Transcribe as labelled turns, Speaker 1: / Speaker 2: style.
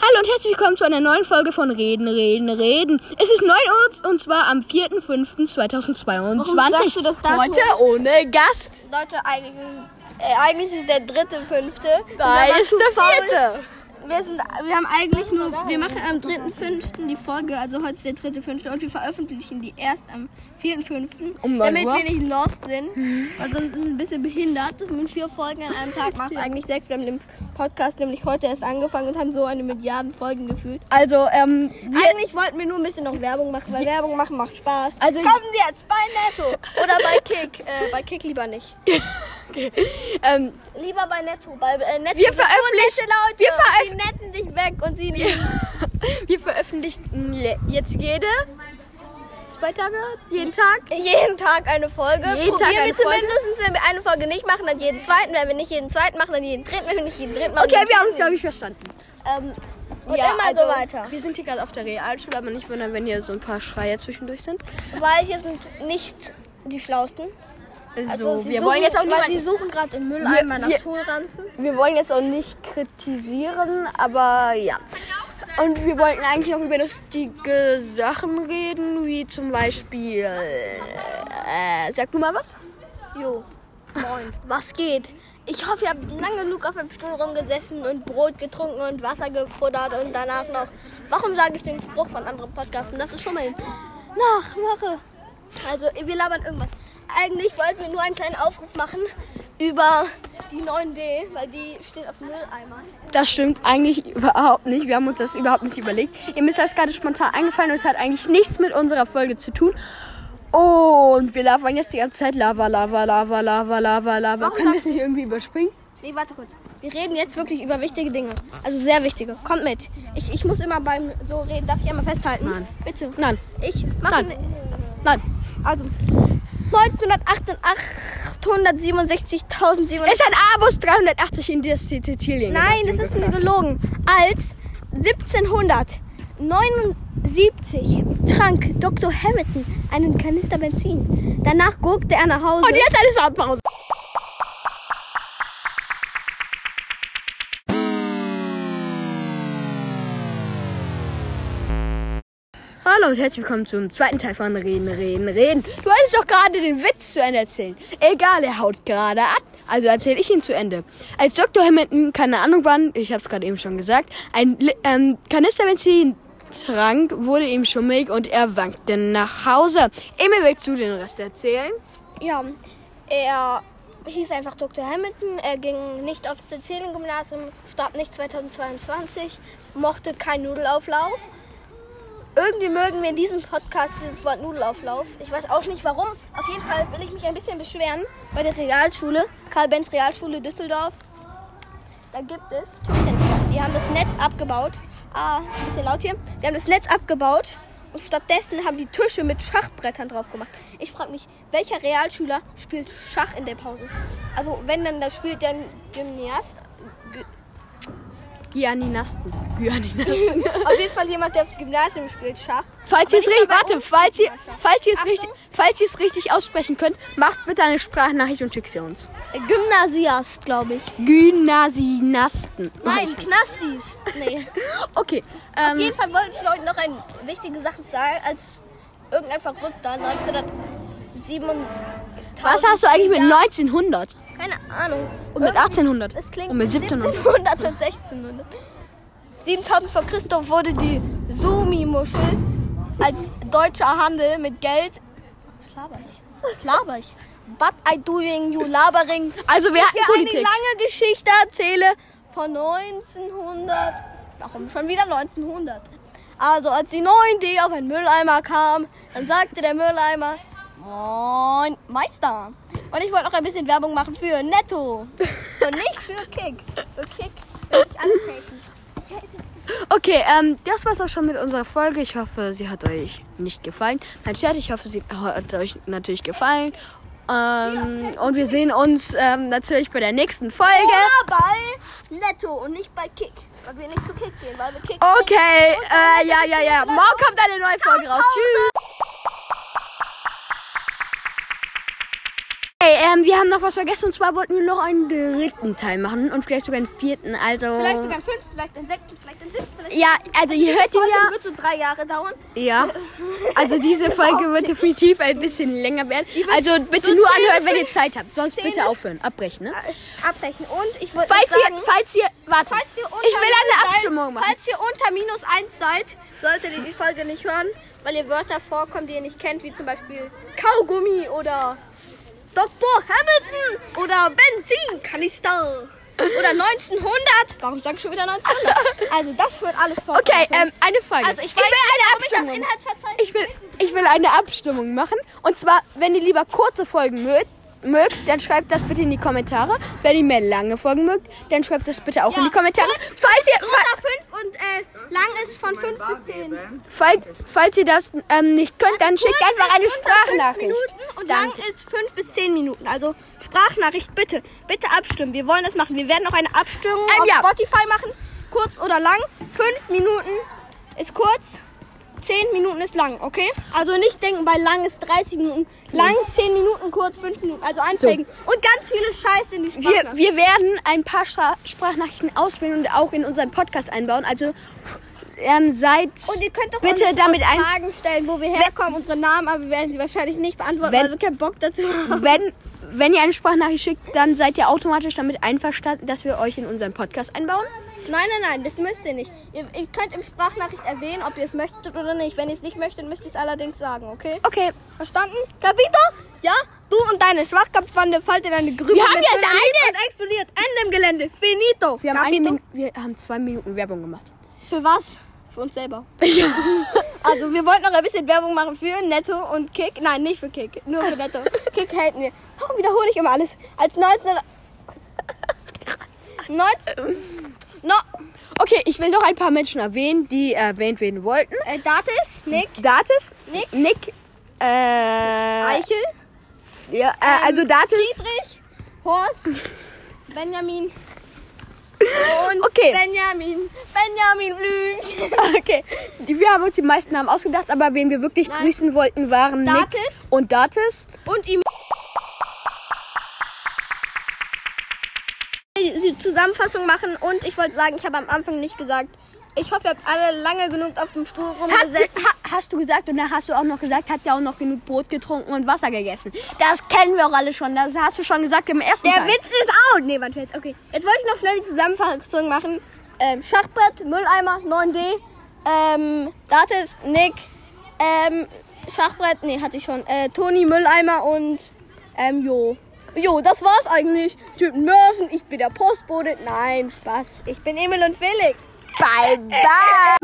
Speaker 1: Hallo und herzlich willkommen zu einer neuen Folge von Reden, Reden, Reden. Es ist 9 Uhr und zwar am 4.5.2022.
Speaker 2: sagst du das Datum?
Speaker 1: Heute ohne Gast.
Speaker 2: Leute, eigentlich ist, äh, eigentlich ist der dritte, fünfte. Und
Speaker 1: Da
Speaker 2: wir waren
Speaker 1: ist
Speaker 2: zu
Speaker 1: der
Speaker 2: faul.
Speaker 1: vierte.
Speaker 2: Wir, sind, wir haben eigentlich nur, wir machen am dritten, fünften die Folge, also heute ist der dritte, fünfte und wir veröffentlichen die erst am vierten, fünften,
Speaker 1: Um neun
Speaker 2: damit
Speaker 1: Uhr.
Speaker 2: wir nicht lost sind,
Speaker 1: Mhm.
Speaker 2: weil sonst ist es ein bisschen behindert, dass man vier Folgen an einem Tag macht, eigentlich sechs. Wir haben den Podcast nämlich heute erst angefangen und haben so eine Milliarden Folgen gefühlt.
Speaker 1: Also, ähm,
Speaker 2: Eigentlich wollten wir nur ein bisschen noch Werbung machen, weil Werbung machen macht Spaß.
Speaker 1: Also-
Speaker 2: Kaufen Sie jetzt bei Netto oder bei Kick. Äh, bei Kick lieber nicht.
Speaker 1: ähm,
Speaker 2: Lieber bei Netto. Bei äh, Netto
Speaker 1: Wir
Speaker 2: sind nur
Speaker 1: veröffentlichen-
Speaker 2: nette Leute.
Speaker 1: wir veröf-
Speaker 2: die netten sich weg und sie nicht.
Speaker 1: wir veröffentlichen le- jetzt jede zwei Tage, jeden Tag.
Speaker 2: Jeden Tag eine Folge.
Speaker 1: Jeden
Speaker 2: Probieren
Speaker 1: Tag
Speaker 2: wir
Speaker 1: eine Folge.
Speaker 2: zumindest, wenn wir eine Folge nicht machen, dann jeden zweiten. Wenn wir nicht jeden zweiten machen, dann jeden dritten. Wenn wir nicht jeden dritten machen,
Speaker 1: Okay,
Speaker 2: dann
Speaker 1: wir haben es,
Speaker 2: jeden
Speaker 1: glaube ich, verstanden.
Speaker 2: vierten. Ähm, und immer
Speaker 1: also,
Speaker 2: so weiter.
Speaker 1: Wir sind hier gerade auf der Realschule, aber nicht wundern, wenn hier so ein paar Schreie zwischendurch sind.
Speaker 2: Weil hier sind nicht die Schlausten.
Speaker 1: Also,
Speaker 2: sie
Speaker 1: wir
Speaker 2: suchen,
Speaker 1: wollen jetzt auch
Speaker 2: weil Sie
Speaker 1: niemanden,
Speaker 2: suchen gerade im Mülleimer nach
Speaker 1: wir-
Speaker 2: Schulranzen.
Speaker 1: wir wollen jetzt auch nicht kritisieren, aber ja. Und wir wollten eigentlich noch über lustige Sachen reden, wie zum Beispiel, äh, sag du mal was?
Speaker 2: Jo, moin. Was geht? Ich hoffe, ihr habt lange genug auf dem Stuhl rumgesessen und Brot getrunken und Wasser gefuttert und danach noch. Warum sage ich den Spruch von anderen Podcasten? Das ist schon mal Nachmache. Also, wir labern irgendwas. Eigentlich wollten wir nur einen kleinen Aufruf machen über die 9D, weil die steht auf dem Mülleimer.
Speaker 1: Das stimmt eigentlich überhaupt nicht. Wir haben uns das überhaupt nicht überlegt. Ihr müsst das gerade spontan eingefallen und es hat eigentlich nichts mit unserer Folge zu tun. Und wir labern jetzt die ganze Zeit Lava, Lava, Lava, Lava, Lava, Lava.
Speaker 2: Warum
Speaker 1: Können wir es
Speaker 2: sagst
Speaker 1: nicht irgendwie überspringen?
Speaker 2: Nee, warte kurz. Wir reden jetzt wirklich über wichtige Dinge. Also sehr wichtige. Kommt mit. Ich, ich muss immer beim so reden. Darf ich einmal festhalten?
Speaker 1: Nein.
Speaker 2: Bitte.
Speaker 1: Nein,
Speaker 2: Ich mache.
Speaker 1: Nein.
Speaker 2: ne-
Speaker 1: nein.
Speaker 2: Also 1968.767.
Speaker 1: Ist ein Abus 380 in der Sizilien.
Speaker 2: Nein, das
Speaker 1: gewesen,
Speaker 2: ist
Speaker 1: geklappt.
Speaker 2: gelogen. Als 1779 trank Dr. Hamilton einen Kanister Benzin. Danach guckte er nach Hause.
Speaker 1: Und jetzt eine Soundpause. Hallo und herzlich willkommen zum zweiten Teil von Reden, Reden, Reden. Du hattest doch gerade den Witz zu Ende erzählen. Egal, er haut gerade ab. Also erzähle ich ihn zu Ende. Als Dr. Hamilton, keine Ahnung wann, ich habe es gerade eben schon gesagt, ein Li- ähm, Kanister Benzin trank, wurde ihm schummig und er wankte nach Hause. Emil, willst du den Rest erzählen?
Speaker 2: Ja, er hieß einfach Dr. Hamilton. Er ging nicht aufs Sizilien-Gymnasium, starb nicht 2022, mochte keinen Nudelauflauf. Irgendwie mögen wir in diesem Podcast dieses Wort Nudelauflauf. Ich weiß auch nicht warum. Auf jeden Fall will ich mich ein bisschen beschweren bei der Realschule, Karl-Benz Realschule Düsseldorf. Da gibt es Tischtennisplatten. Die haben das Netz abgebaut. Ah, ist ein bisschen laut hier. Die haben das Netz abgebaut und stattdessen haben die Tische mit Schachbrettern drauf gemacht. Ich frage mich, welcher Realschüler spielt Schach in der Pause? Also, wenn dann da spielt dann Gymnast.
Speaker 1: Gyanninasten. Gyanninasten.
Speaker 2: Auf jeden Fall jemand, der auf Gymnasium spielt Schach.
Speaker 1: Falls ihr es
Speaker 2: nicht
Speaker 1: richtig,
Speaker 2: mal bei
Speaker 1: warte,
Speaker 2: uns
Speaker 1: falls ihr,
Speaker 2: Meisterschaft.
Speaker 1: falls ihr es
Speaker 2: Achtung.
Speaker 1: richtig, falls ihr es richtig aussprechen könnt, macht bitte eine Sprachnachricht und schickt sie uns.
Speaker 2: Äh, Gymnasiast, glaube ich.
Speaker 1: Gymnasinasten.
Speaker 2: Nein, Knastis. Nee.
Speaker 1: Okay.
Speaker 2: Auf
Speaker 1: Ähm,
Speaker 2: jeden Fall wollte ich Leuten noch eine wichtige Sache sagen, als irgendein Verrückter 1907.
Speaker 1: was hast du eigentlich mit 1900
Speaker 2: Keine Ahnung.
Speaker 1: und mit
Speaker 2: Irgendwie-
Speaker 1: 1800
Speaker 2: Es klingt
Speaker 1: und mit 1700?
Speaker 2: 1700 und 1600. 7000 vor Christoph wurde die Sumi-Muschel als deutscher Handel mit Geld. Was laber ich? Was laber ich? But I doing you labering.
Speaker 1: Also wir hatten
Speaker 2: Hier eine
Speaker 1: Politik.
Speaker 2: lange Geschichte erzähle von 1900. Warum schon wieder 1900? Also als die 9D auf einen Mülleimer kam, dann sagte der Mülleimer, Moin, Meister. Und ich wollte noch ein bisschen Werbung machen für Netto. Und nicht für Kick. Für Kick will ich antreten.
Speaker 1: Okay, ähm, das war's auch schon mit unserer Folge. Ich hoffe, sie hat euch nicht gefallen. Nein, Scherz, ich hoffe, sie hat euch natürlich gefallen. Ähm, und wir sehen uns ähm, natürlich bei der nächsten Folge.
Speaker 2: Oder bei Netto und nicht bei Kick. Weil wir nicht zu Kick gehen, weil wir Kick
Speaker 1: Oh. Okay, äh, ja, ja, ja. Morgen kommt eine neue Folge raus. Tschüss. Hey, Ähm, wir haben noch was vergessen und zwar wollten wir noch einen dritten Teil machen und vielleicht sogar einen vierten. Also.
Speaker 2: Vielleicht sogar ein fünf, vielleicht ein sechs, vielleicht ein siebten, vielleicht
Speaker 1: ja, also ihr hört ihn
Speaker 2: Folge
Speaker 1: ja.
Speaker 2: wird so drei Jahre dauern.
Speaker 1: Ja. Also diese Folge wird definitiv ein bisschen länger werden. Also bitte nur anhören, wenn ihr Zeit habt. Sonst bitte aufhören. Abbrechen, ne?
Speaker 2: Äh, Abbrechen. Und ich wollte
Speaker 1: Falls
Speaker 2: noch
Speaker 1: ihr,
Speaker 2: sagen,
Speaker 1: falls ihr, warte.
Speaker 2: falls ihr unter
Speaker 1: Ich will eine
Speaker 2: minus
Speaker 1: Abstimmung
Speaker 2: ein,
Speaker 1: machen.
Speaker 2: Falls ihr unter minus eins seid, solltet ihr die Folge nicht hören, weil ihr Wörter vorkommen, die ihr nicht kennt, wie zum Beispiel Kaugummi oder Dr. Hamilton oder Benzinkanister. Oder 1900. Warum sag ich schon wieder 1900? Also das wird alles vor.
Speaker 1: Okay, ähm, eine Frage.
Speaker 2: Also ich
Speaker 1: will
Speaker 2: weiß
Speaker 1: eine
Speaker 2: nicht, ob ich
Speaker 1: Abstimmung.
Speaker 2: das Inhaltsverzeichnis
Speaker 1: Ich will, ich will eine Abstimmung machen. Und zwar, wenn ihr lieber kurze Folgen mögt, mögt, dann schreibt das bitte in die Kommentare. Wenn ihr mehr lange Folgen mögt, dann schreibt das bitte auch in die Kommentare. Falls ihr, fa
Speaker 2: unter 5 und äh, lang ist von 5 bis 10.
Speaker 1: falls, falls ihr das ähm, nicht könnt, dann schickt
Speaker 2: Also Kurz
Speaker 1: einfach eine
Speaker 2: ist unter fünf
Speaker 1: Sprachnachricht.
Speaker 2: Minuten und
Speaker 1: Danke.
Speaker 2: lang ist 5 bis 10 Minuten. Also Sprachnachricht bitte. Bitte abstimmen. Wir wollen das machen. Wir werden auch eine Abstimmung
Speaker 1: Ähm,
Speaker 2: auf
Speaker 1: ja.
Speaker 2: Spotify machen. Kurz oder lang. 5 Minuten ist kurz. 10 Minuten ist lang, okay? Also nicht denken, bei lang ist 30 Minuten. Lang 10 Minuten, kurz 5 Minuten. Also einprägen. Und ganz viele Scheiße in die
Speaker 1: Wir,
Speaker 2: Sprachnachricht.
Speaker 1: wir werden ein paar Stra Sprachnachrichten auswählen und auch in unseren Podcast einbauen. Also ähm, seid
Speaker 2: Und ihr könnt doch
Speaker 1: bitte
Speaker 2: uns
Speaker 1: damit ein.
Speaker 2: Fragen stellen, wo wir herkommen, unsere Namen, aber wir werden sie wahrscheinlich nicht beantworten,
Speaker 1: Wenn-
Speaker 2: weil wir keinen Bock dazu haben.
Speaker 1: Wenn, wenn ihr eine Sprachnachricht schickt, dann seid ihr automatisch damit einverstanden, dass wir euch in unseren Podcast einbauen.
Speaker 2: Nein, nein, nein, das müsst ihr nicht. Ihr, ihr könnt im Sprachnachricht erwähnen, ob ihr es möchtet oder nicht. Wenn ihr es nicht möchtet, müsst ihr es allerdings sagen, okay?
Speaker 1: Okay.
Speaker 2: Verstanden? Capito? Ja? Du und deine Schwachkopfwande fallt in eine Grübe.
Speaker 1: Wir haben jetzt
Speaker 2: eine! Und explodiert. Ende im Gelände. Finito.
Speaker 1: Wir haben, eine
Speaker 2: Capito?
Speaker 1: Min wir haben zwei Minuten Werbung gemacht.
Speaker 2: Für was? Für uns selber. Also, wir wollten noch ein bisschen Werbung machen für Netto und Kick. Nein, nicht für Kick. Nur für Netto. Kick halten wir. Warum wiederhole ich immer alles? Als 19... 19... No.
Speaker 1: Okay, ich will noch ein paar Menschen erwähnen, die erwähnt werden wollten.
Speaker 2: Äh, Datis, Nick,
Speaker 1: Datis,
Speaker 2: Nick,
Speaker 1: Nick, äh,
Speaker 2: Eichel,
Speaker 1: ja,
Speaker 2: ähm,
Speaker 1: äh, also Datis,
Speaker 2: Friedrich, Horst, Benjamin. Und
Speaker 1: Okay.
Speaker 2: Benjamin. Benjamin Blümchen.
Speaker 1: okay, die- wir haben uns die meisten Namen ausgedacht, aber wen wir wirklich
Speaker 2: Nein.
Speaker 1: grüßen wollten, waren
Speaker 2: Datis.
Speaker 1: Nick und Datis.
Speaker 2: Und ihm. Die Zusammenfassung machen und ich wollte sagen, ich habe am Anfang nicht gesagt. Ich hoffe, ihr habt alle lange genug auf dem Stuhl
Speaker 1: Hast,
Speaker 2: rumgesessen.
Speaker 1: du- ha, hast du gesagt und dann hast du auch noch gesagt, habt ihr auch noch genug Brot getrunken und Wasser gegessen. Das kennen wir auch alle schon. Das hast du schon gesagt im ersten
Speaker 2: Der
Speaker 1: Teil.
Speaker 2: Witz ist out. Nee, warte jetzt. Okay. Jetzt wollte ich noch schnell die Zusammenfassung machen. Ähm, Schachbrett, Mülleimer, 9D, ähm, Datis, Nick, ähm, Schachbrett, nee, hatte ich schon. Äh, Toni, Mülleimer und ähm, Jo. Jo, das war's eigentlich. Typen Mörsen, ich bin der Postbote. Nein, Spaß. Ich bin Emil und Felix.
Speaker 1: Bye, bye.